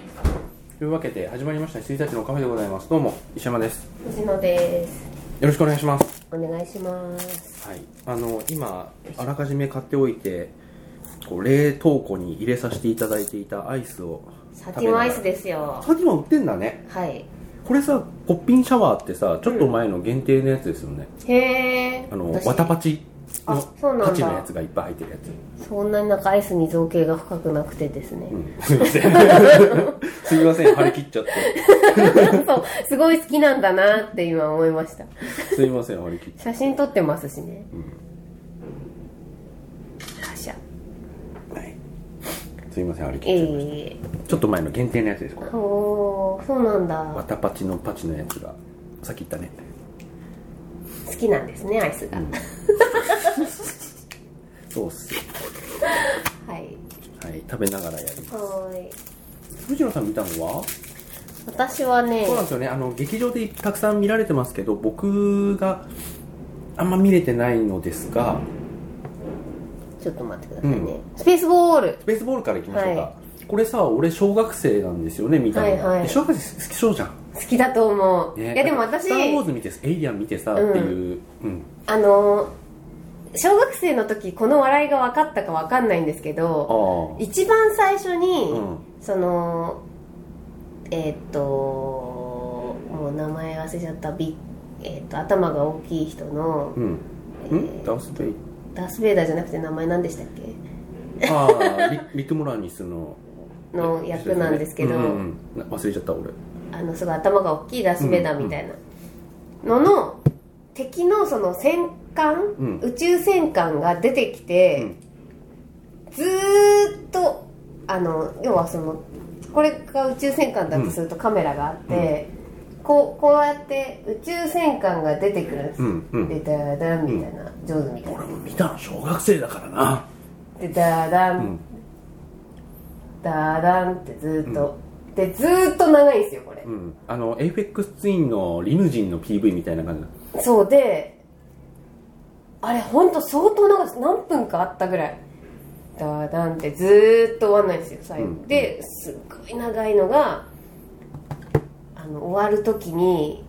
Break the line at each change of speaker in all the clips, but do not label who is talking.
いうわけで始まりました1日のカフェでございますどうも石山です
藤野です。
よろしくお願いします
お願いします。
はいあの今あらかじめ買っておいてこう冷凍庫に入れさせていただいていたアイスを
サティマアイス
で
ですよ。
サティマン売ってんだね
はい。
これさポッピンシャワーってさちょっと前の限定のやつですよね、
へえ。
あの
私
わたパチの
あそうなんだ
パチのやつがいっぱい入ってるやつ
そんなになんかアイスに造形が深くなくてですね
う。んすい ませんすいません張り切っちゃって
そう、すごい好きなんだなって今思いました。
すいません張り切っちゃって
写真撮ってますしね。カシャ。
はいすいません張り切っちゃいまし
ええ
たちょっと前の限定のやつですこれ
ー。おー、そうなん
わ
だ。
たパチのパチのやつがさっき言ったね
好きなんですね、アイスが。
そうっすよ
はい。
はい食べながらやりま
はーい。
す藤野さん見たのは
私はね
そう、なんですよねあの劇場でたくさん見られてますけど僕があんま見れてないのですが
ちょっと待ってくださいね。
う
スペースボール。
ベースボールからいきましょうか、
は
これさ俺小学生なんですよね見たのが、
はいはい
で小学生好きそうじゃん、
好きだと思う。
ね
いやでも私、
スター・ウォーズ見てエイリアン見てさ、
うん
っていう、うん、
あの小学生の時この笑いが分かったか分かんないんですけ
あ
ど
あ
一番最初に、
うん
そのえーっともう名前忘れちゃったビえーっと頭が大きい人の、
うん、
え
うん、
ー
ダース・ベイ
ダース・ベイダーじゃなくて名前何でしたっけ
ああリリク・モラニスの
の役なんですけど、
うんうんうんな忘れちゃった俺
あのすごい頭が大きいダース・ベイダーみたいなのの、敵のその戦艦、
ん
宇宙戦艦が出てきて、
うん
ずーっとあの要はそのこれが宇宙戦艦だとするとカメラがあって、こうこうやって宇宙戦艦が出てくるんです、
うんうん
でダーダンみたいな、上手みたいな
俺も見たの小学生だからな
でダーダン、
ん
ダーダンってずーっと、でずーっと長いんですよこれ、
うんあの AFX ツインのリムジンの PV みたいな感じ
そうであれ本当相当長い何分かあったぐらいダーダンってずーっと終わんないんですよ最後、
うん
ですっごい長いのがあの終わる時に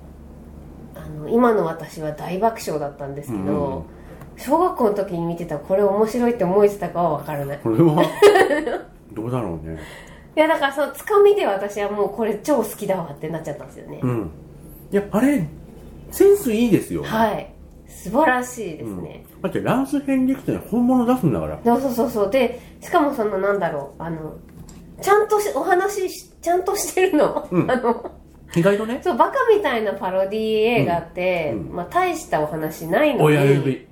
あの今の私は大爆笑だったんですけど、
うん
小学校の時に見てたこれ面白いって思えてたかは分からない
これは どうだろうね
いやだからそのつかみで私はもうこれ超好きだわってなっちゃったんですよね、
うんいやあれセンスいいですよ
はい素晴らしいですね、
うんだってランス・ヘンリクセン本物出すんだから
そうそうそうそうでしかもそのなんだろうあのちゃんとしお話しちゃんとしてるの,、
うん
あの
意外とね
そうバカみたいなパロディ映画って、
うんうん
まあ、大 したお話ないのに
親指、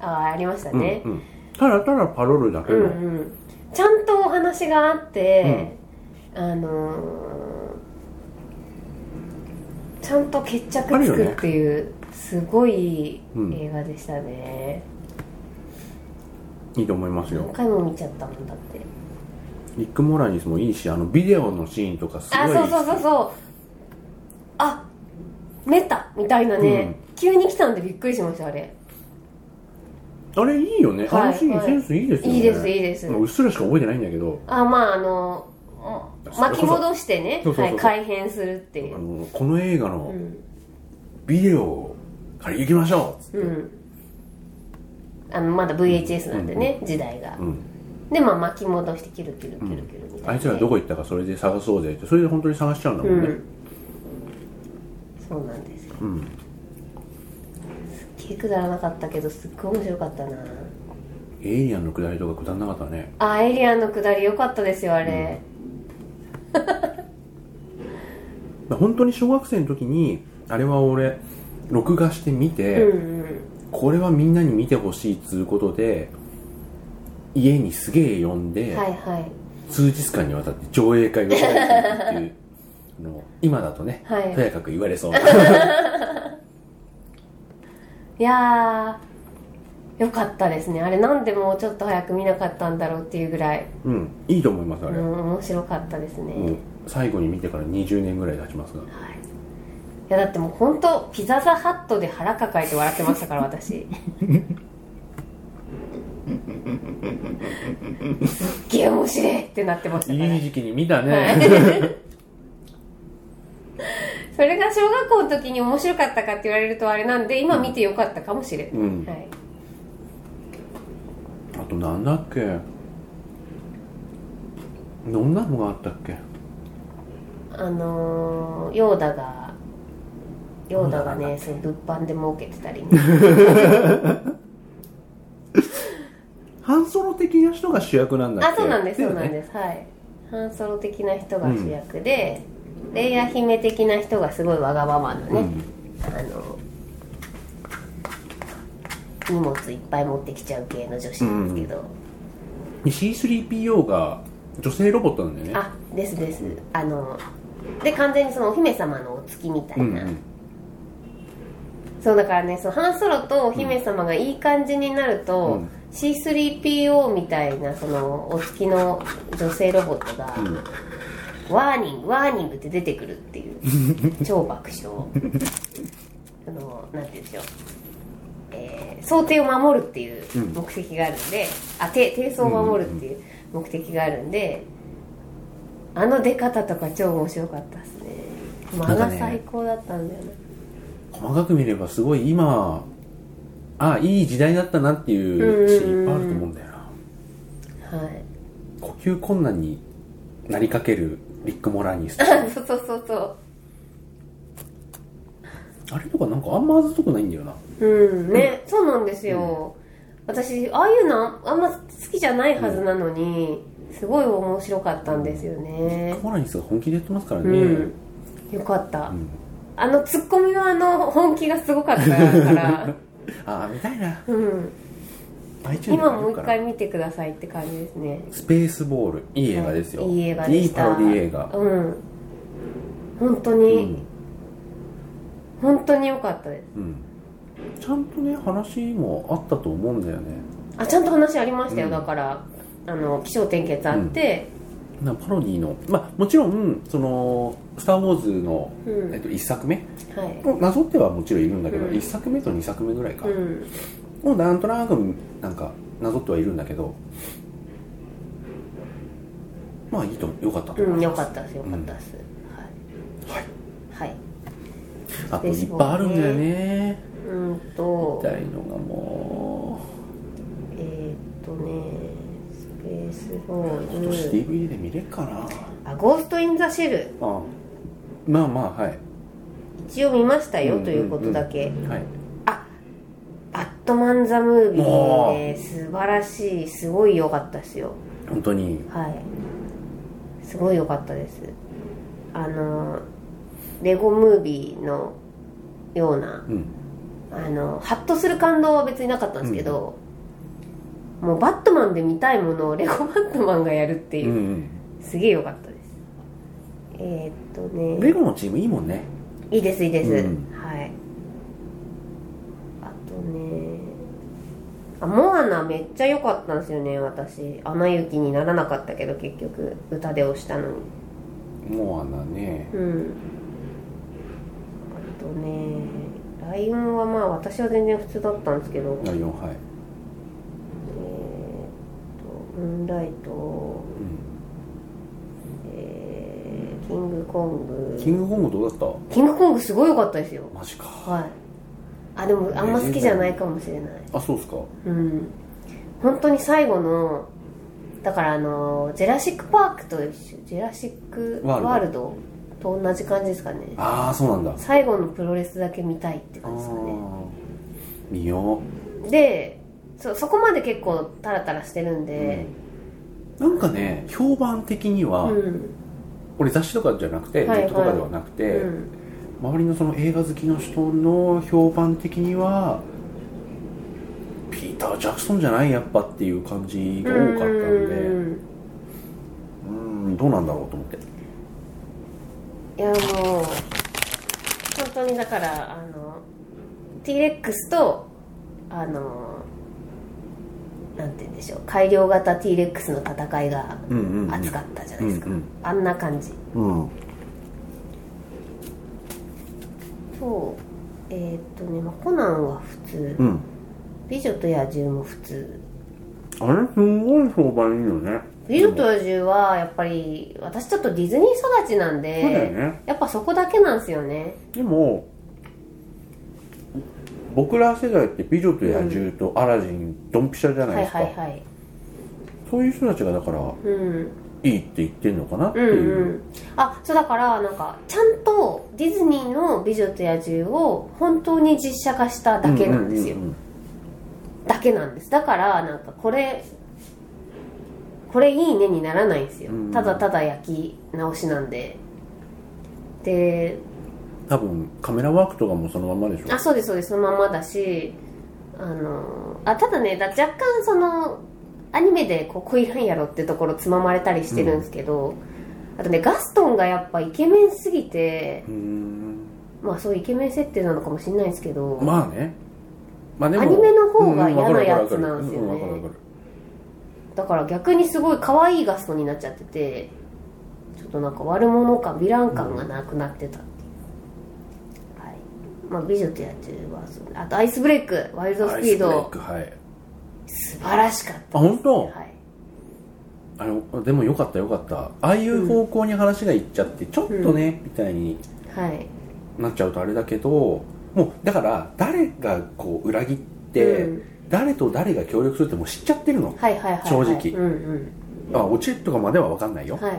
ああありました
うん
ね、
うんただただパロルだけ
うん
の、
うんちゃんとお話があって、あのーちゃんと決
ある
着つ
よ
く
ね
っていう、すごい
うん
映画でしたね、
いいと思います
何
よ
回も見ちゃったもんだって
ニック・モラニスもいいしあのビデオのシーンとかすごい
あそうそうそうそうあメタみたいなね、急に来たんでびっくりしましたあれ
あれいいよね、
はい
あのシーン
はい
センスいいですよね
いいですいいです
うっすらしか覚えてないんだけど
あまああの
そう
巻き戻してね
そうそうそうそう
はい、改変するってい
あ
う
のこの映画
う
の
ん、
ビデオを借りに行きましょうつって
うん、あのまだ VHS なんでね、時代が、
ん
でまあ巻き戻してキュルキュルキュルキュルみたいな、
あいつらどこ行ったかそれで探そうぜってそれで本当に探しちゃうんだもんね、
うんそうなんですよ、すっげえくだらなかったけどすっごい面白かったな
エイリアンのくだりとかくだんなかったね
あエイリアンのくだり良かったですよあれ、
本当に小学生の時にあれは俺録画して見て、
うんうん
これはみんなに見てほしいっつうことで家にすげえ呼んで、
はいはい
数日間にわたって上映会が開いてるっていうあの今だとね、
はい
とやかく言われ そうな
いやーよかったですねあれなんでもうちょっと早く見なかったんだろうっていうぐらい、
うんいいと思いますあ
う
れ、
ん、面白かったですね、
も
いう
最後に見てから20年ぐらい経ちますが
やだってもう本当ピザザハットで腹抱えて笑ってましたから私すっげえ面白いってなってましたから
いい時期に見たね、
はいそれが小学校の時に面白かったかって言われるとあれなんで今見てよかったかもしれない、
うん
はい、
あとなんだっけどんなのがあったっけ
あのー、ヨーダがヨーダが
ヨーダ
ねその物販で儲けてたりね
半ソロ的な人が主役なんだっ
あ
け
そうなんです
だ
そ
よ
う
ね
なんですはいハンソロ的な人が主役で、レイヤ姫的な人がすごいわがままなね、あの荷物いっぱい持ってきちゃう系の女子なんですけど、
うん、C3PO が女性ロボットなんだよね
あですですあので完全にそのお姫様のお月みたい
うん
な、そうだからねそのハンソロとお姫様がいい感じになると、
うん
C3PO みたいなそのお月の女性ロボットが、
うん
ワーニングワーニングって出てくるっていう 超爆笑あのなんて言うんでしょう、えー想定を守るっていう目的があるんで、あて低層を守るっていう目的があるんで、あの出方とか超面白かったですね間
なんか
が
ね
最高だったんだよね
細かく見ればすごい今あいい時代だったなっていうシーンいっぱいあると思うんだよな
はい
呼吸困難になりかけるリック・モラニス
そうそうそうそ
あれとかなんかあんまずっとくないんだよな
ううんね、そうなんですよ、私ああいうのあんま好きじゃないはずなのに、すごい面白かったんですよ
リッ
ね
ク・モラニスが本気でやってますから
う
ね、
んよかった、
ん
あのツッコミのあの本気がすごかった から、
ああ見たいな
うん、
iTunes
今
あ
もう
るか
一
ら
回見てくださいって感じですね
スペースボールいい映画ですよ、
いい映画で
いい
した
パロディ映画、
うん本当
う
に、
ん
本当に良かったです
うん、ちゃんとね話もあったと思うんだよね
あちゃんと話ありましたよ、
うん
だからあの気象転結あって、
なパロディのまあもちろんその「スター・ウォーズの」
うん
えっと、1作目
はい
なぞってはもちろんいるんだけど、
うん
1作目と2作目ぐらいか、
うん
をなんとなくなんかなぞってはいるんだけどまあいいと思うよかったと思いま
うん、
す
よかったですよかったです、はい、はい、
あといっぱいあるんだよね
うーん
み
と
たいのがも
えーっとねスペースボ
う今年
ール
DVD で見れっかな、
あゴースト・イン・ザ・シェル
あまあまあはい
一応見ましたよ、
うん
ということだけ、
はい
バットマン・ザ・ムービーね素晴らしいすごい良かったですよ
本当に
はいすごい良かったですあのレゴムービーのような
うん
あのハッとする感動は別になかったんですけど、もうバットマンで見たいものをレゴバットマンがやるって
う
い
ん
う、
うん
すげえ良かったですえーっとね
レゴのチームいいもんね
いいですいいです、
うん
はいあとねあモアナめっちゃ良かったんですよね私「アナ雪」にならなかったけど結局歌で押したのに
モアナね
うんあとねライオンはまあ私は全然普通だったんですけど、え
ライオンはい、
ーとムーンライト、
うん、
えーキングコング
キングコングどうだっ
キングコングすごい良かったですよ
たマジか
はいあでもあんま好きじゃないかもしれない
あそうっすか
うん本当に最後のだからあのジェラシック・パークと一緒ジェラシック・
ワールド
ワールドと同じ感じですかね
ああそうなんだあ
最後のプロレスだけ見たいって感じですかね
ー見よ
でそそこまで結構タラタラしてるん
う、
で
うんなんかね評判的には、
うん
俺雑誌とかじゃなくて、
はいはい
ネットとかではなく
う
て、
ん
周りのその映画好きの人の評判的にはピーター・ジャクソンじゃないやっぱっていう感じが多かったんで
うん
うんどうなんだろうと思って
いやもう本当にだからあの T レックスとあのなんて言うんでしょう改良型 T レックスの戦いが
うんうん、うん、
熱かったじゃないですか、
うんうん
あんな感じ
うん
そうえーっとね、まあ、コナンは普通、
うん
美女と野獣も普通
あれすごい評判いいよね
「ビルと野獣」はやっぱり私ちょっとディズニー育ちなんで
そうだよね
やっぱそこだけなんですよね
でも僕ら世代って「美女と野獣」と「アラジン」ドンピシャじゃない
は
で
い
すか、
はいはい
そういう人たちがだから
うん
いいって言ってんのかなって
うん
いう、
うん、あそうだからなんかちゃんとディズニーの「美女と野獣」を本当に実写化しただけなんですよ、
うう
だけなんですだからなんかこれこれいいねにならないんですよ、
うん
ただただ焼き直しなんでで
多分カメラワークとかもそのままでしょ
あそうですそうですそのままだしあのあただねだ若干そのアニメでここいらんやろってところつままれたりしてるんですけど、あとねガストンがやっぱイケメンすぎて
うーん
まあそういうイケメン設定なのかもしれないですけど、
まあねまあでも
アニメの方が
うんわかる
嫌な
わかる
やつなんですよね
うわかるわかる
だから逆にすごい可愛いガストンになっちゃっててちょっとなんか悪者感ヴィラン感がなくなってたっていう、はいまあ、美女と野獣はそうあとアイスブレイクワイルド
ア
スピー
イス
ド
ブレイクはい
素晴らしかっ
あ本当、
た、はい、
あのでもよかったよかったああいう方向に話がいっちゃってちょっとね、みたいに
はい、
なっちゃうとあれだけどもうだから誰がこう裏切って、
うん
誰と誰が協力するってもう知っちゃってるの、
はいはいはいはい
正直
うん
あオチとかまでは分かんない
うん
よ、
はい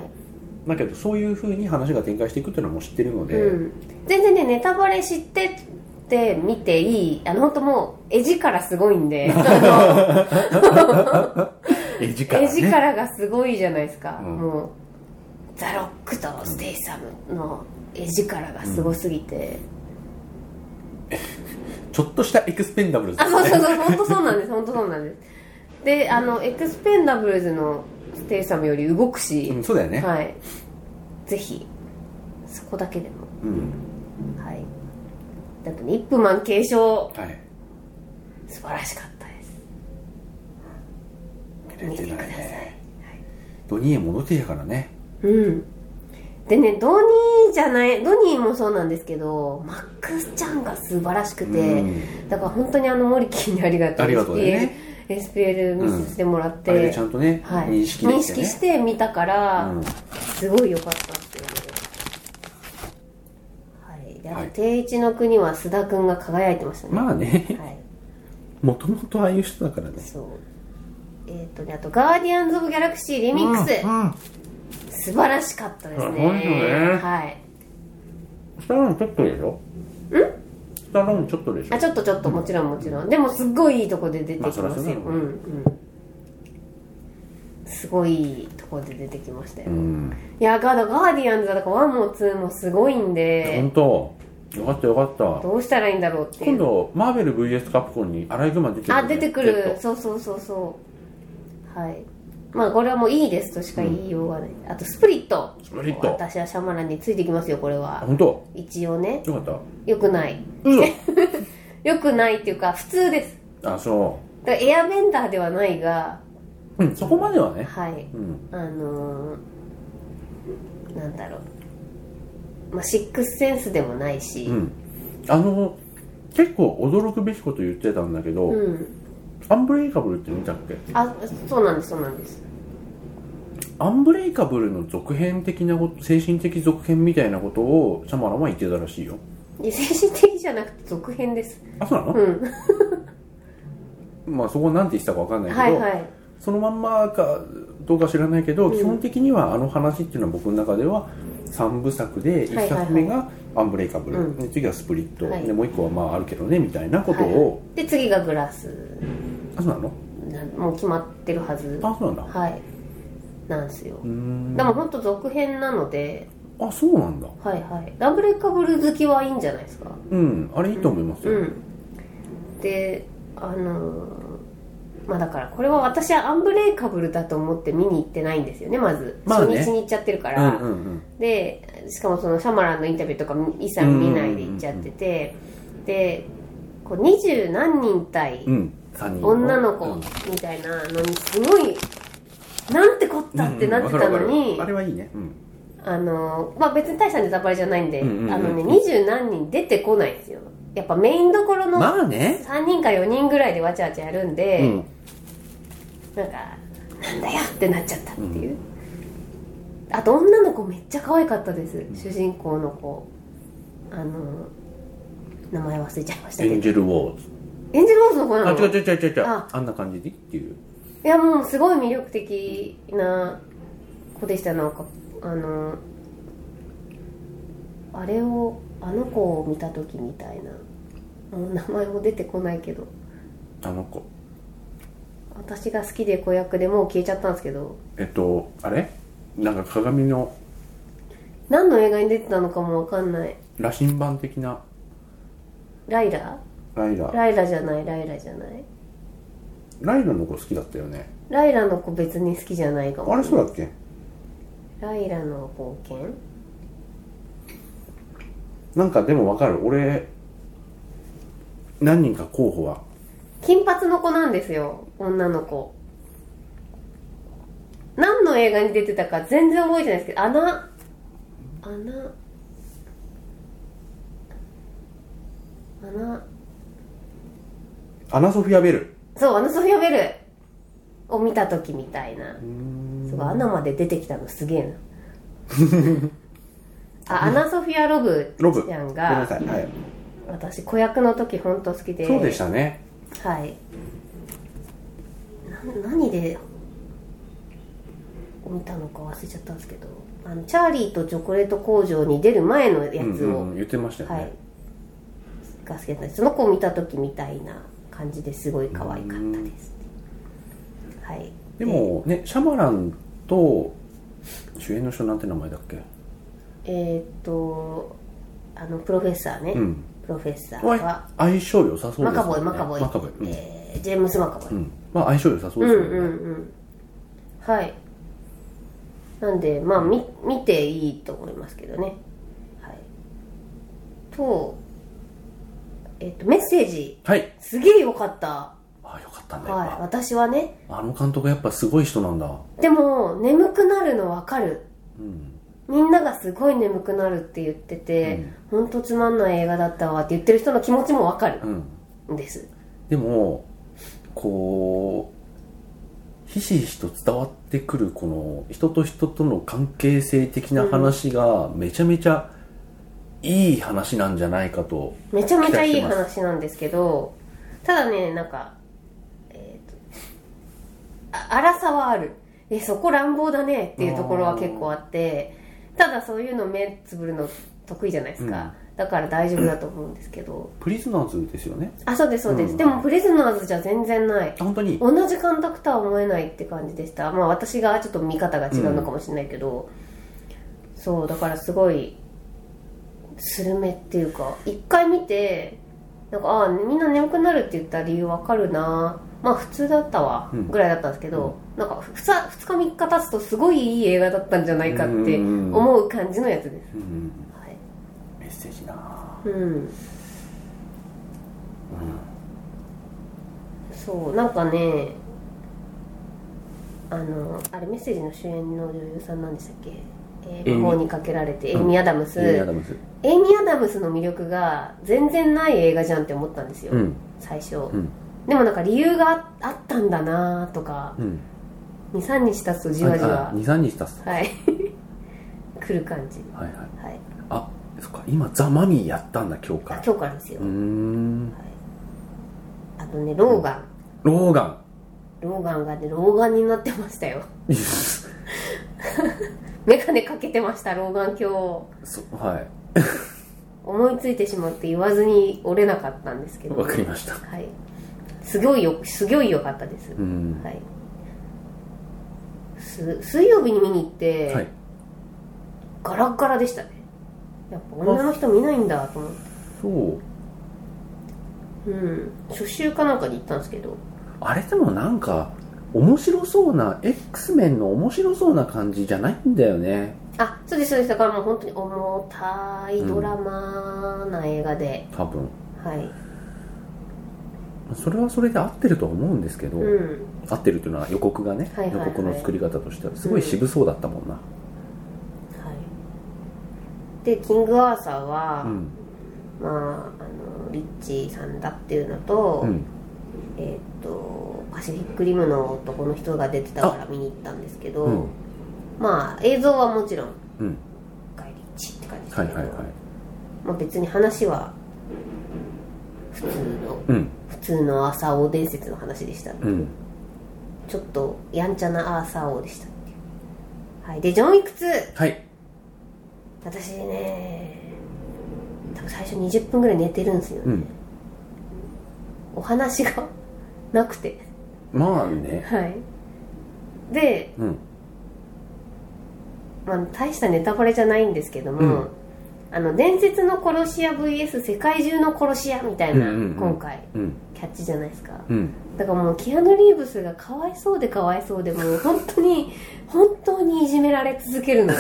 だけどそういうふうに話が展開していくっていうのはもう知ってるので、
うん、全然ねネタバレ知ってって見ていいあの本当もう絵力すごい んで
絵力
絵
ね
力がすごいじゃないですか、
うん
もうザ・ロックとステイサムの絵力がすごすぎて、
ちょっとしたエクスペンダブルズ
あそうそうそう本当そうなんです本当そうなんですであのエクスペンダブルズのステイサムより動くし、
うん、そうだよね、
はいぜひそこだけでも
うん
はいだとねイップマン継承
はい
素晴らしかったです
見れてない
見てください
ねドニーへ戻ってきたからね
うんでねドニーじゃないドニーもそうなんですけどマックスちゃんが素晴らしくて、
うん
だから本当にあのモリキンにありがとう
ありがとうだよ
SPL,
ね
SPL 見せてもらっ
あれで
て、
ちゃんとね、
はい、
認識できて、ね、
認識して見たから、
うん
すごい良かったっていうのではいであと
はい
定一の国は須田君が輝いてましたね、
まあね
はい
もともとああいう人だからね
そうえっ、とねあと「ガーディアンズ・オブ・ギャラクシー・リミックス」
うんうん
素晴らしかったですね
あ本当ね
はい
スタローンちょっとでしょんスタローンちょっとでしょ
あちょっとちょっともちろんもちろんでもすっごいいいとこで出てきますよ、
まあそりゃそうだろ
う
う
んうんすごいいいとこで出てきましたよ、
うん
いやガードガーディアンズだとか1も2もすごいんで
本当よかったよかった
どうしたらいいんだろうってい
今
う
度マーベル VS カプコンにアライグマ出てくるよ
あ
ね
出てく
ちょ
る
っと
そうそうそうそうはいまあこれはもういいですとしか言いようがない、あとスプリット
スプリット
私はシャマランについてきますよこれ
あ
は
本当
一応ね
よかった
よくない
うん
よくないっていうか普通です
あそ
だからエアベンダーではないが
ううんそこまではね
はい
うん
あのーなんだろうまあシックスセンスでもないし
うんあの結構驚くべきこと言ってたんだけど、
うん、
アンブレイカブルって見たっけ
あそうなんですそうなんです
アンブレイカブルの続編的なこと精神的続編みたいなことをシャマランは言ってたらしいよ
いや精神的じゃなくて続編です
あそうな
う
の、
ん
まあそこなんて言ってたかわかんないけど、
はいはい
そのまんまかどうか知らないけど、
うん
基本的にはあの話っていうのは僕の中では3部作で
はいは
1
い
作目が「アンブレイカブル」
うん
で次は「スプリット」
はい
でもう1個はまああるけどねみたいなことを、
はい、で次がグラス
あそうなの
なもう決まってるはず
あそうなんだ
はいなんですよ
うーん
でも本当続編なので
あそうなんだ
はいはいダブレカブル好きはいいんじゃないですか
うんあれいいと思いますよ、
うん、であのーまあだからこれは私はアンブレイカブルだと思って見に行ってないんですよねまず、
まあね
初日に行っちゃってるか
う
ら、
んうんうん
でしかもそのシャマランのインタビューとかみ一切見ないで行っちゃってて、でこう二十何人対
うん3人
女の子
うん
みたいなのにすごいなんてこったってなって
うんうんわか
たの
るわか
に、
るあれはいいねうん
あのまあ別に大したネタバレじゃないんで、
うんうんうん
あのね二十何人出てこないんですよやっぱメインどころの
まあね
3人か4人ぐらいでわちゃわちゃやるんで、
うん
なんかなんだよってなっちゃったっていう、あと女の子めっちゃ可愛かったです、主人公の子あの名前忘れちゃいました
エ
けどエ
ン
ン
ジェルウォーズ
ジェルボーズの子
あ
なの
違う違う違う違うあ
あ
んな感じでっていう
いやもうすごい魅力的な子でしたなんかあのあれをあの子を見た時みたいなもう名前も出てこないけど
あの子
私が好きで子役でもう消えちゃったんですけど
えっとあれなんか鏡の
何の映画に出てたのかもわかんない
羅針盤的な
ライラ
ライラ
ライラじゃないライラじゃない
ライラの子好きだったよね
ライラの子別に好きじゃないかも
あれそうだっけ
ライラの冒険
なんかでもわかる俺何人か候補は
金髪の子なんですよ女の子何の映画に出てたか全然覚えてないですけど穴穴穴
アナソフィア・ベル
そうアナソフィア・ベルを見た時みたいなすごい穴まで出てきたのすげえ なあアナソフィア・ロブ
ロブ
ちゃん
ごめんなさ
が
い、はい、
私子役の時本当好きで
そうでしたね
はいな何で見たのか忘れちゃったんですけどあのチャーリーとチョコレート工場に出る前のや
うん
つ
う
を、
んうん言ってましたよね、
はいが好きだったんですその子を見た時みたいな感じですごい可愛かったですはい
でもねシャマランと主演の人なんて名前だっけ
えーっとあのプロフェッサーね、
うん
プロフェッサーは
は相性良さそうですよね
マカボイマカボイ
マカボイうん
えージェームス・マカボイ、
うんまあ相性良さそう
う
で
ん
すよね、
うんうんはいなんでまあみ見ていいと思いますけどねはいと,、えっとメッセージ
はい
すげえよかった
あよかったね、
はい私はね
あの監督やっぱすごい人なんだ
でも眠くなるのわかる
うん
みんながすごい眠くなるって言ってて、ほんとつまんない映画だったわって言ってる人の気持ちもわかる
うん
んです
でもこうひしひしと伝わってくるこの人と人との関係性的な話がめちゃめちゃいい話なんじゃないかと、
めちゃめちゃいい
期待してま
話なんですけどただねなんかえっ、とあ荒さはあるえそこ乱暴だねっていうところは結構あってただそういうの目つぶるの得意じゃないですか、だから大丈夫だと思うんですけど、
プリズナーズですよね
あそうですそうです、
うん
でもプリズナーズじゃ全然ない
あ本当に
同じ監督とは思えないって感じでしたまあ私がちょっと見方が違うのかもしれないけど、そうだからすごいスルメっていうか一回見てなんかああみんな眠くなるって言った理由わかるなまあ普通だったわ
うん
ぐらいだったんですけど、なんか 2, 2日3日経つとすごいいい映画だったんじゃないかって思う感じのやつです、
うんうん
はい
メッセージなあ
うんそうなんかねあのあれメッセージの主演の女優さんなんでしたっけ、え
エイ
ー、
ミ
魔法にかけられてエイ
うん
ミー・アダムス、
エイミーアダムス
エイミー・アダムスの魅力が全然ない映画じゃんって思ったんですよ、
うん
最初、
ん
でもなんか理由がああったんだなとか
うん
23日経つとじわじわ
23日経つ
はい 来る感じ
はいはい
はい
あそっか今ザ・マミーやったんだ今日から
今日からですよ、
うーん
あとねローガン、
ローガン
老眼がね老眼になってましたよ 眼鏡かけてました老眼鏡
そは
思いついてしまって言わずに折れなかったんですけ
い
ど
わかりました
はいすごいよすごい良かったです、
うん
はいす水曜日に見に行って、
はい
ガラッガラでしたねやっぱ女の人見ないんだと思って
そう
うん初週かなんかで行ったんですけど
あれでもなんか面白そうな X メンの面白そうな感じじゃないんだよね
あそうですそうですだからもう本当に重たいドラマな映画で、
多分
はい
それはそれで合ってるとは思うんですけど、
うん
合ってるというのは予告がね、
はいはいはい
予告の作り方としてはすごい渋そうだったもんな
はい、でキングアーサーは、
うん
まあ、あのリッチーさんだっていうのと,、
うん
えー、とパシフィックリムの男の人が出てたから見に行ったんですけど、
うん
まあ映像はもちろん
うん
外立地って感じです
は
け
い
ど、
はいはい
まあ、別に話は普通の
うん
普通のアーサー王伝説の話でした、
うん
ちょっとやんちゃなアーサー王でしたっていうはいでジョン・ウィック2
はい
私ね多分最初20分ぐらい寝てるんですよね、
うん
お話が なくて
まあね
はいで、
うん
まあ、大したネタバレじゃないんですけども、
うん
あの伝説の殺し屋 VS 世界中の殺し屋みたいな、
うんうんうん
今回
うん
キャッチじゃないですか
うん
だからもうキアヌ・リーブスがかわいそうでかわいそう でもう本当に本当にいじめられ続けるの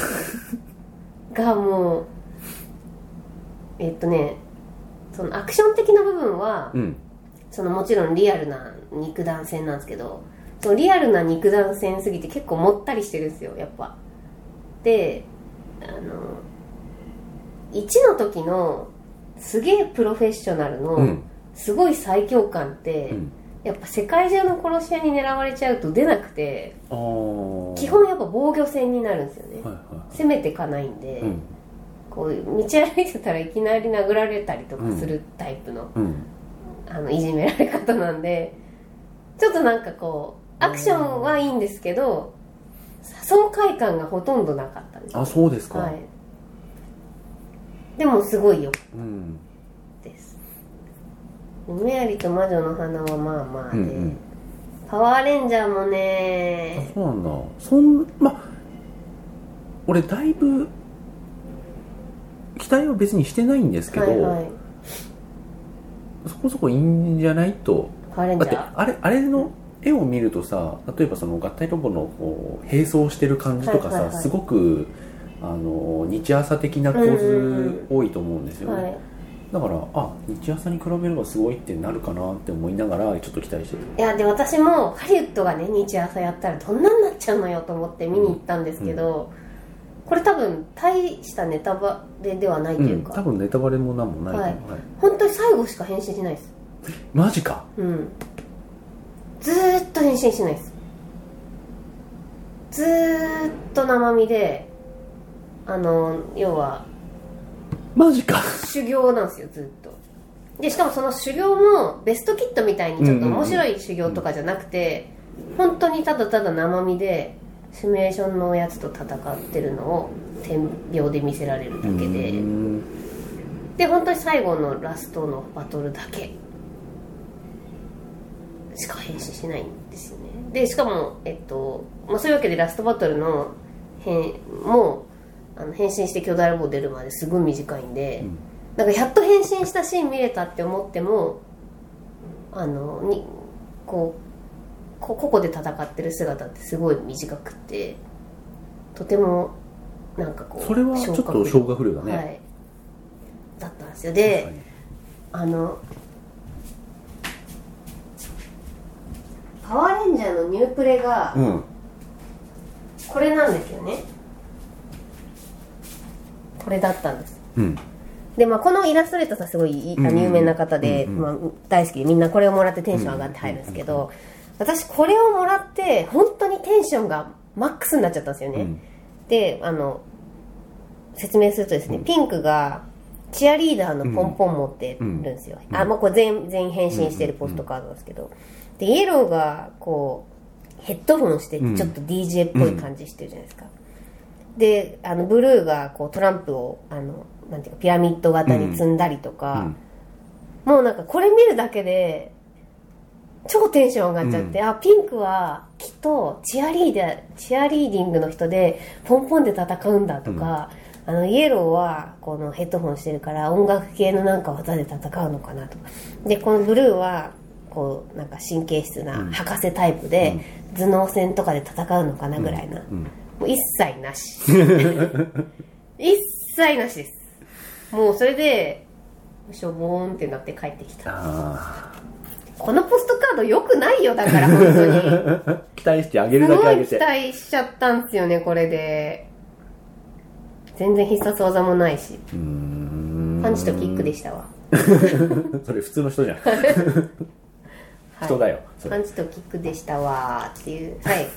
がもうえっとねそのアクション的な部分は
うん
そのもちろんリアルな肉弾戦なんですけどそのリアルな肉弾戦すぎて結構もったりしてるんですよやっぱであの1の時のすげえプロフェッショナルの、
うん
すごい最強感って、
うん
やっぱ世界中の殺し屋に狙われちゃうと出なくて
ああ
基本やっぱ防御戦になるんですよね、
はいは
攻めていかないん
い
で、
うん
こう道歩いてたらいきなり殴られたりとかするタイプの,、
うん
あのいじめられ方なんでちょっとなんかこうアクションはいいんですけど爽快感がほとんどなかったんですよ
あそうですか、
はいでもすごいよ
うん
ですメアリと魔女の花はまあまあで、
うんうん
パワーレンジャーも
あ
ね
そうなんだそんまあ俺だいぶ期待は別にしてないんですけど、
はいはい
そこそこいいんじゃないと
パワーレン
だ
ジ
っ
ャ
て
ー
あれあれの絵を見るとさ例えばその合体ロボのこう並走してる感じとかさ、
はいはいはい
すごくあの日朝的な構図多いと思うんですよね、
はい
だからあ日朝に比べればすごいってなるかなって思いながらちょっと期待して
いやで私もハリウッドがね日朝やったらどんなになっちゃうのよと思って見に行ったんですけど、これ多分大したネタバレではない
た、
と
う、
いうんか、
多分ネタバレも何もないと思う、はい
本当に最後しか変身しないです
マジか
うんずーっと変身しないですずーっと生身であの要は
マジか
修行なんですよずっとでしかもその修行もベストキットみたいにちょっと面白い修行とかじゃなくて、本当にただただ生身でシミュレーションのやつと戦ってるのを点描で見せられるだけで、
うん
で本当に最後のラストのバトルだけしか変身しないんですよねでしかもえっと、まあ、そういうわけでラストバトルの変もうあの変身して巨大ロボ出るまですごい短いんで、
うん
なんかやっと変身したシーン見れたって思ってもあのにこうこ個々で戦ってる姿ってすごい短くてとてもなんかこう
それはちょっと消化不良だね、
はい、だったんですよであの「パワーレンジャー」のニュープレが
うん
これなんですよね、これだったんです
うん
で、まあ、このイラストレーターさんすごいいいあ
うんうん
の有名な方で、
うんうん
まあ、大好きでみんなこれをもらってテンション上がって入るんですけど、私これをもらって本当にテンションがマックスになっちゃったんですよね、
うん
であの説明するとですね、ピンクがチアリーダーのポンポン持ってるんですよ、あもうこれ全全員変身してるポストカードなんですけど、でイエローがこうヘッドホンしてちょ
ん
っと DJ っぽい感じしてるじゃないですか、であのブルーがこうトランプをあのなんていうかピラミッド型に積んだりとか、もうなんかこれ見るだけで超テンション上がっちゃって、あピンクはきっとチアリーダーチアリーディングの人でポンポンで戦うんだとか、あのイエローはこのヘッドホンしてるから音楽系のなんか技で戦うのかなとかでこのブルーはこうなんか神経質な博士タイプで、頭脳戦とかで戦うのかなぐらいな、もう一切な し一切なしですもうそれでしょぼーんってなって帰ってきた
あ
このポストカード良くないよだから 本当に
ー期待してあげ
す
るだけ
ご
あ
い
げ
期
て
待しちゃったんですよねこれで全然必殺技もないしパンチとキックでしたわ
それ普通の人じゃん
はい
人だよそれ
パンチとキックでしたわーっていうはい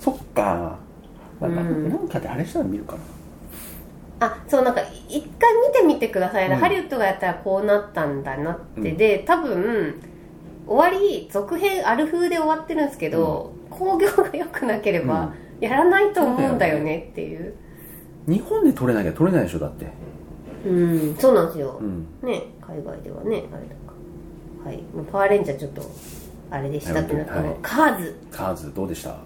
そっかなんか
うん
なんかであれしたら見るかな
あそうなんか一回見てみてくださいね、
うん
ハリウッドがやったらこうなったんだなってで多分終わり続編アル風で終わってるんですけど、興行が良くなければやらないと思うんだよねっていう
日本で撮れなきゃ撮れないでしょだって
うんそうなんですよ
う、ん
ね海外ではねあれだからはいもうパワーレンジャーちょっとあれでしたけど、
はいはい
カーズ
カーズどうでした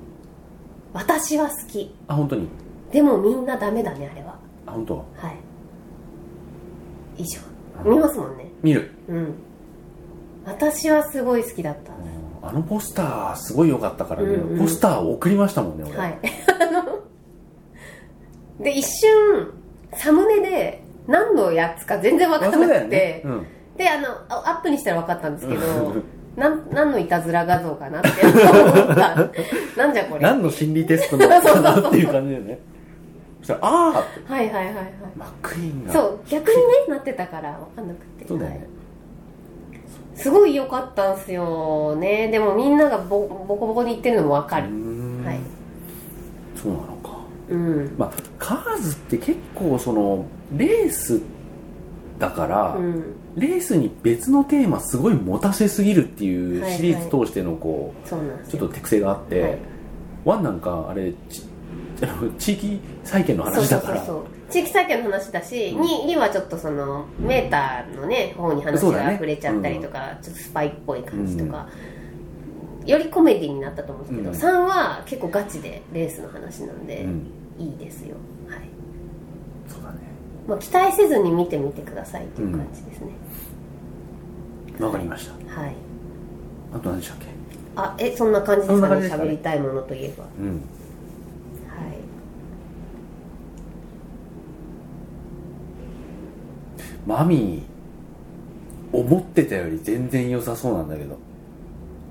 私は好き
あ本当に
でもみんなダメだねあれは
あ本当
はい以上見ますもんね
見る
うん私はすごい好きだった
あのポスターすごい良かったからね、
うんうん
ポスターを送りましたもんね俺、
はい あので一瞬サムネで何のやつか全然分か
あ
ん
そう
な
だよ
くて、
ねうん
であのあアップにしたら分かったんですけ
う
ど
ん
なん何のいたずら画像かなって思った なんじゃこれはい
何の心理テスト なのかなっていう感じだよねそしたらああって
はいはいはい
マックイーンが
そう逆にねなってたから分かんなくて
そうだよ
は
ね
いすごい良かったんすよねでもみんながボボコボコに言ってるのも分か
うー
る、
ん
はい
そうなのか
うん
まあカーズって結構そのレースだから、
うん
レースに別のテーマすごい持たせすぎるっていうシリーズ通してのこ
そうなんで
う
す
ち
よ
ょっと手癖があって、
はい
ワンなんかあれちあの地域再建の
そう
話
そ
だ
う
か
そう
ら
そう地域再建の話だし、
うん
ににはちょっとそのメーターのね方に話
そうだ
が
ね
溢れちゃったりとか、ちょっとスパイっぽい感じとか、よりコメディになったと思うんですけど、3は結構ガチでレースの話なんで、
うん
いいですよ、はい
そうだね
まあ、期待せずに見てみてくださいっていう感じですね、
わかりました
はい
あと何でしたっけ
あえそんな感じです
そんな
か
感
ね
じですか
喋
ね
りたいものといえばは
うん
い
マミー思ってたより全然良さそうなんだけど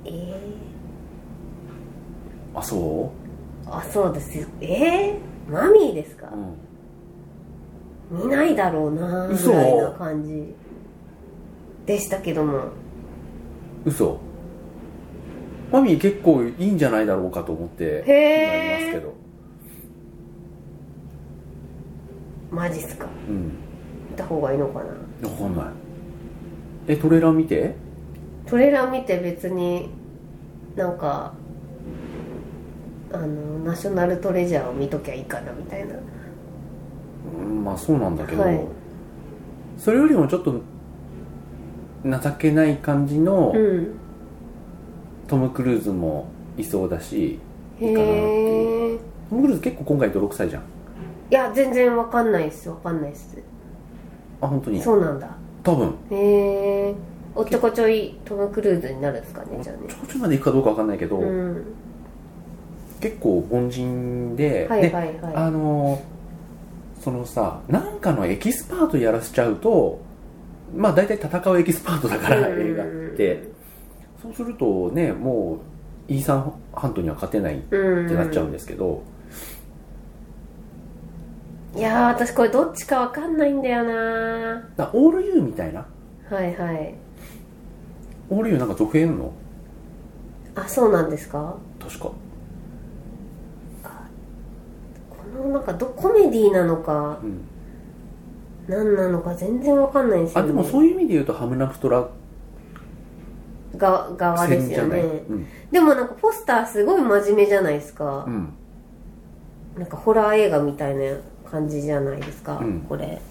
えー、
あそ
あそうですよえー、マミーですか
う、うん、
見ないだろうなぐ
嘘
らいな感じでしたけども
嘘マミー結構いいんじゃないだろうかと思ってな
へー
りますけど
マジっすか
うん
見た方がいいのかな
わかんないえトレーラー見て
トレーラー見て別になんかあのナショナルトレジャーを見ときゃいいかなみたいな
うんまあそうなんだけど、
はい
それよりもちょっと情けない感じの
うん
トム・クルーズもいそうだし、いいかなって
へえい
トム・クルーズ結構今回泥臭いじゃん
や全然わかんないっすわかんないっす
あ本当に
そうなんだ
多分
へえおっちょこちょいトム・クルーズになるんですかねじゃあね
ちょこちょいまで行くかどうかわかんないけど、
うん
結構凡人で、
はい
で
はいはい
あのーそのさなんかのエキスパートやらせちゃうとまあ大体戦うエキスパートだから
うん
映画ってそうするとねもうイーサン・ハントには勝てないっ
うん
てなっちゃうんですけど、
いやー私これどっちかわかんないんだよな
だからオールユーみたいな
はいはい
オールユーなんか続編やるの
あそうなんですか
確か
このなんかどコメディなのか
うん
何なのか全然わかんないんですよ、
あ
ね、
でもそういう意味で言うとハムナプトラ
が側で
戦
す
じ
よ
ゃない、
ね
うん
でもなんかポスターすごい真面目じゃないですか
う、ん
なんかホラー映画みたいな感じじゃないですか、
うん
これ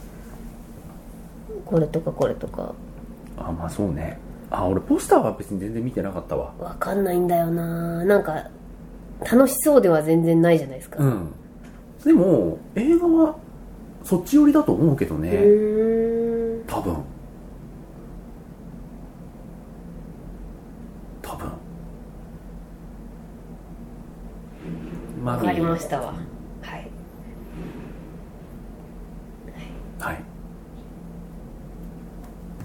これとかこれとか
あまあそうねあ俺ポスターは別に全然見てなかったわ
わかんないんだよななんか楽しそうでは全然ないじゃないですか
う、んでも映画はそっち寄りだと思うけどね、
うーん
多分多分マ
わ
ミ
かり
ー
ましたわはい
はい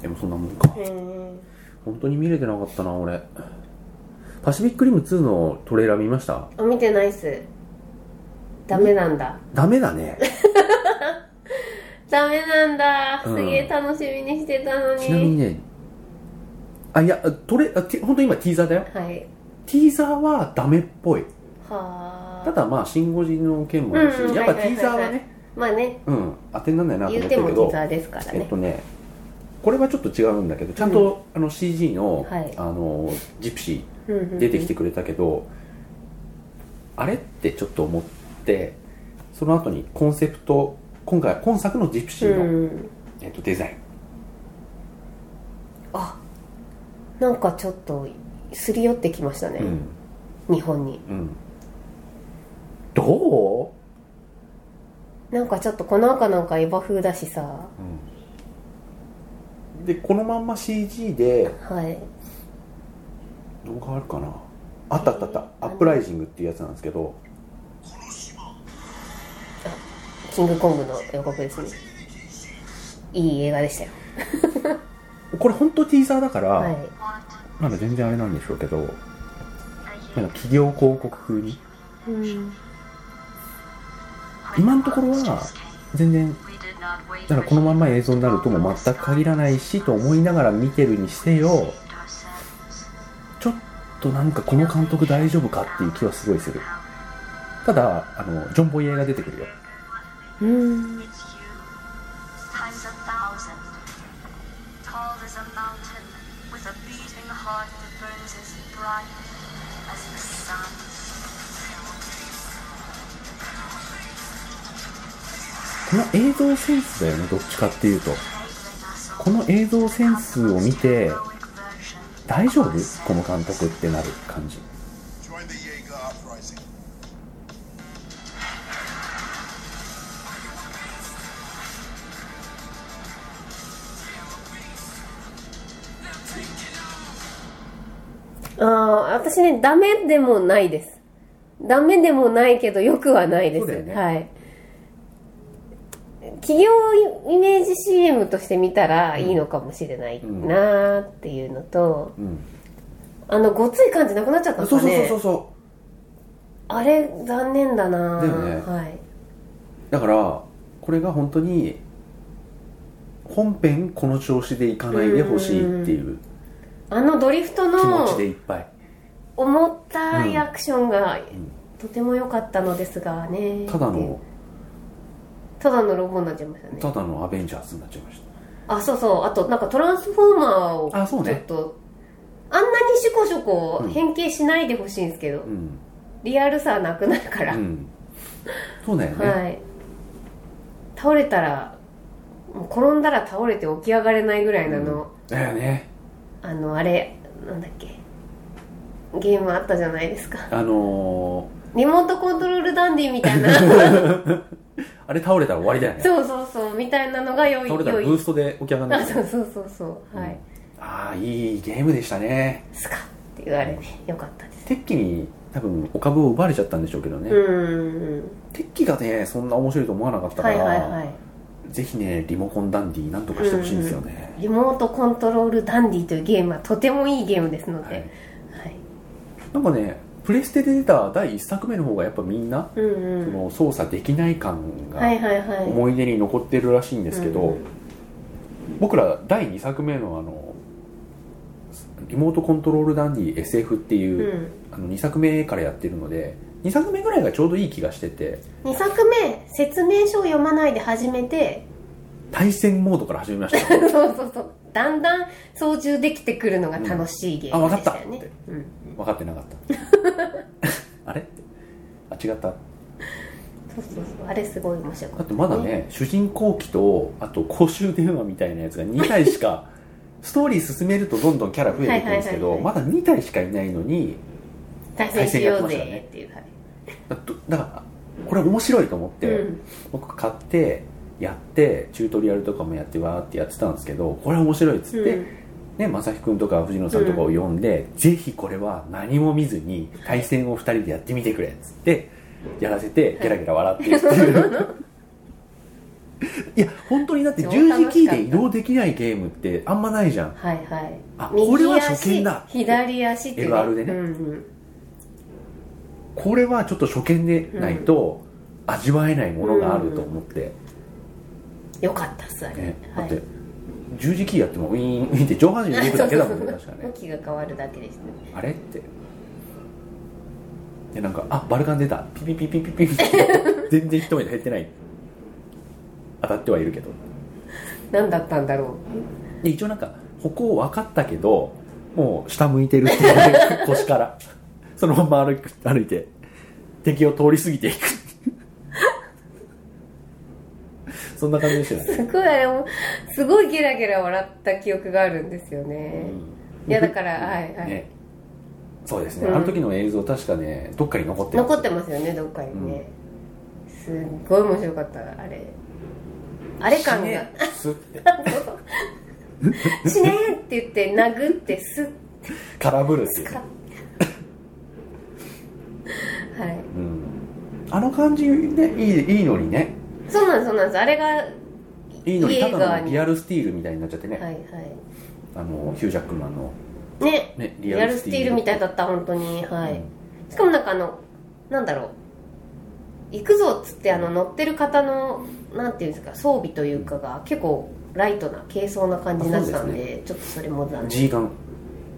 でもそんなもんか本当に見れてなかったな俺パシフィックリム2のトレーラー見ました
あ見てないっすダメなんだ
ダメだね
ダメなんだ
うん
すげえ楽しみにしてたの
ちなみに
に、
ねあいやトレあて本当今ティーザーだよ
はい
ティーザーはダメっぽい
はあ
ただまあシン・ゴジの件もあるし、
うん
やっぱ
はい
テ
はいは
ィーザー
いはい
はね
まあね
うん当てになんないなと思
言
っ
う
て
て
る
も
け
テ
ど
ィザーですから
えっ
ね
とねこれはちょっと違うんだけどちゃんと、あの CG の,、
はい
あのジプシ
うんうんう
ー
ん
出てきてくれたけど、あれってちょっと思ってその後にコンセプト今回は今作のジプシーの、
うん
えっと、デザイン
あなんかちょっとすり寄ってきましたね、
うん
日本に
うんど
なんかちょっとこの赤なんかエヴァ風だしさ
う、でこのまんま CG で
はい
動画あるかなあったあったあったアップライジングっていうやつなんですけど
キングコングの予告ですねいい映画でしたよ
これ本当ティーザーだから、
はい
まだ全然あれなんでしょうけどなんか企業広告風に
うん
今のところは全然だ
だ
か
からら
こ
こ
の
の
ま
ま
ん
ん
ま
ま
映
映
像
像
に
に
な
な
る
る
と
と
も
も
全
全
く
く
限
限
ら
ら
な
ないい
し
し
と
と
思
思
い
い
な
な
が
が
ら
ら
見
見
て
て
る
る
に
に
し
してて
よ
よ
ちょっとなんかこの監督大丈夫かっていう気はすごいするただあのジョン・ボイエーが出てくるよ
うん
この映像センスだよねどっちかっていうとこの映像センスを見て大丈夫この監督ってなる感じ
Join the Jaeger uprising.
ああ私ねダメでもないですダメでもないけどよくはないで
そう
す、
だよね
はい企業イメージ CM として見たらいいのかもしれないなーっていうのと、
うん
あのごっつい感じなくなっちゃったんです
そう
か
そう
ね
そうそうそ
あれ残念だな
だよね
はい、
うだからこれが本当に本編この調子でいかないでほしいっていう
あのドリフト
気持
の
ちでいっぱい
思ったいアクションが
ん
とても良かったのですがね
ただの
ただのロボになっちゃいましたね
ただのアベンジャーズになっちゃいました
あそうそうあとなんかトランスフォーマーを
あそう
ちょ
ね
っとあ,、んなにシュコシュ
う
コ
ん
変形しないでほしいんですけど、
うん
リアルさなくなるから、
うんそうだよね、
はい倒れたらもう転んだら倒れて起き上がれないぐらいなの、
だよね
あのあれなんだっけゲームあったじゃないですか
あの
リモートコントロールダンディみたいな
ー、あれ倒れたら終わりだよね
そうそうそうみたいなのが良い
倒れた
良
らブー
い
ストで起き上がんな
あ
い
そうそうそうそうはい、
ああいいゲームでしたね
スカッって言われてよかったです
鉄器に多分お株を奪われちゃったんでしょうけどね、
うーん
鉄器がねそんな面白いと思わなかったか
はい
ら、
はいはい
ぜひねリモコンダンディなんとかしてほしいんですよね、
リモートコントロールダンディというゲームはとてもいいゲームですので、
は
はい
い、なんかねプレステで出た第1作目の方がやっぱみんな、
うん
そ
うん
の操作できない感が
はいはいはい
思い出に残ってるらしいんですけど、
うんう
僕ら第2作目のあのリモートコントロールダンディ SF っていうう、
ん、
あの2作目からやってるので2作目ぐらいがちょうどいい気がしてて
2作目説明書を読まないで始めて
対戦モードから始めました
そうそうそうだんだん操縦できてくるのが楽しいゲームでしたよね、うん
分かってなかった あれあ違っただ
そうそうそうあれすごい面白かった
ってまだね主人公機とあと公衆電話みたいなやつが2体し かストーリー進めるとどんどんキャラ増えていくんですけど、
はいはいはい
まだ2体しかいないのに
対戦しようぜっていう、はい
だどだからこれ面白いと思って、
うん
僕買ってやってチュートリアルとかもやってわーってやってたんですけどこれ面白いっつって、
うん
ね、正輝くんとか藤野さんとかを呼んで、ぜひこれは何も見ずに対戦を2人でやってみてくれっつってやらせてゲラゲラ笑ってるって いういや本当にだって
超
十字キー
楽
で
し
移
かった
動できないゲームってあんまないじゃん
はいはい
あ
右足
これは初見だ
左足っていう
LR でね
うんうん
これはちょっと初見でないと味わえないものがあると思って、
よかったっすあれ、
ね、だ
は
っ
い
て、十字キーやってもウィーンウィーンって上半身動くだけだもんね
そう
確
そ
か
う
ね
向きが変わるだけですね
あれってでなんか「あバルカン出たピピピピピ ピ」って全然一目で減ってない当たってはいるけど
何だったんだろ
で一応なんか歩行分かったけどもう下向いてるっていう腰からそのまま歩く歩いて敵を通り過ぎていくそんな感じでしたよ
う
ね
すごいあれもすごいゲラゲラ笑った記憶があるんですよね、いやだからはいはい、
ねそうですね、
うん
あの時の映像確かねどっかに残って
残って
ま
ますよねどっかにね、すっごい面白かったあれあれ感が
すって
「死ね!」って言って殴ってすっ
空振るっていう
かはい
うんあの感じねいいいいのにね
そうなんですそうなんですあれがはい
いの
い
に
い
た
映画に
だのリアルスティールみたいになっちゃってね、
はい
あのヒュージャックマンの、
ね
ね、
リアルスティールみたいだった本当にはい、しかもなんかあのなんだろう行くぞっつってあの乗ってる方のなんていうんですか装備というかが結構ライトな軽装な感じになってたんで
あそう
ちょっとそれも残念
G ガン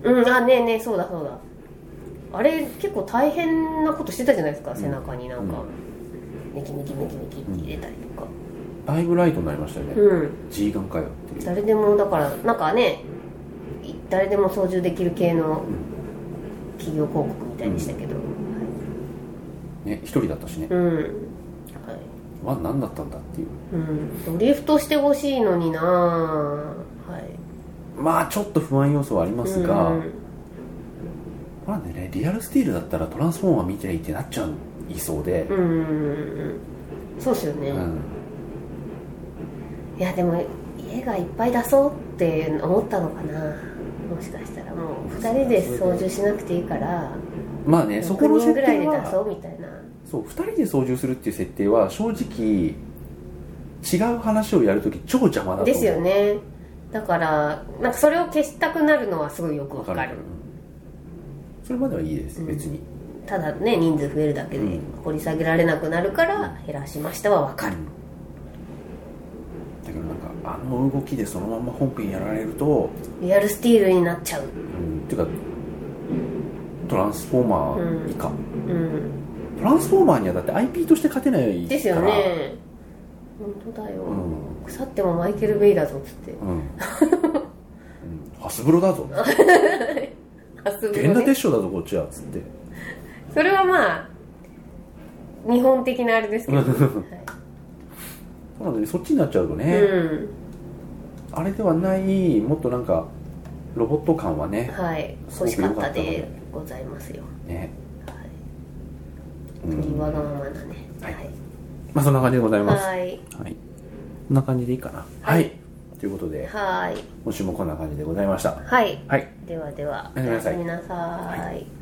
うんあねえねえそうだそうだあれ結構大変なことしてたじゃないですか背中になんか、メキメキメキメキって入れたりとか
だいぶライトになりましたよね、
うん、
G ガンかよっていう
誰でもだからなんかねい誰でも操縦できる系の企業広告みたいでしたけど
ね一人だったしね
う、ん、はい
ワン何だったんだっていう
うん、リフトしてほしいのになはい
まあちょっと不安要素はありますが、
うん
まあねリアルスティールだったらトランスフォーマー見ていいってなっちゃいそうで、
うんうんそうですよね、
うん
いやでも家がいっぱい出そうって思ったのかなもしかしたらもう2人で操縦しなくていいから
まあねそこ
6
の
人
設
ぐらい
定
で出そ
は
うみたいな
そう2人で操縦するっていう設定は正直違う話をやるとき超邪魔だと思う
ですよねだからなんかそれを消したくなるのはすごいよくわ
わ
か
か
る
るそれまではいいです、別に
ただね人数増えるだけで掘り下げられなくなるから減らしましたはわかる
だけどなんかあの動きでそのまま本編やられると、
リアルスティールになっちゃう
うん、っていうかトランスフォーマー以下、
うん
トランスフォーマーにはだって IP として勝てないから
ですよね本当だよ、
うん
腐ってもマイケル・ベイだぞっつって
うん、うん、ハスブロだ ぞ
あすごいね
源田鉄章だぞこっちはつって
それはまあ日本的なあれですけど、はい
そうなのにそっちになっちゃうと ね、
うん
あれではないもっとなんかロボット感はね
はい
すご
欲
く
しかった
良か
で
った
ございますよ
ね
鳥わがままなね
はい
はい
まあそんな感じでございます
はい
はいこんな感じでいいかな
はい
ということで
はい
今週もこんな感じでございました
はい
はい
ではでは
おやすみなさい
おやすみなさい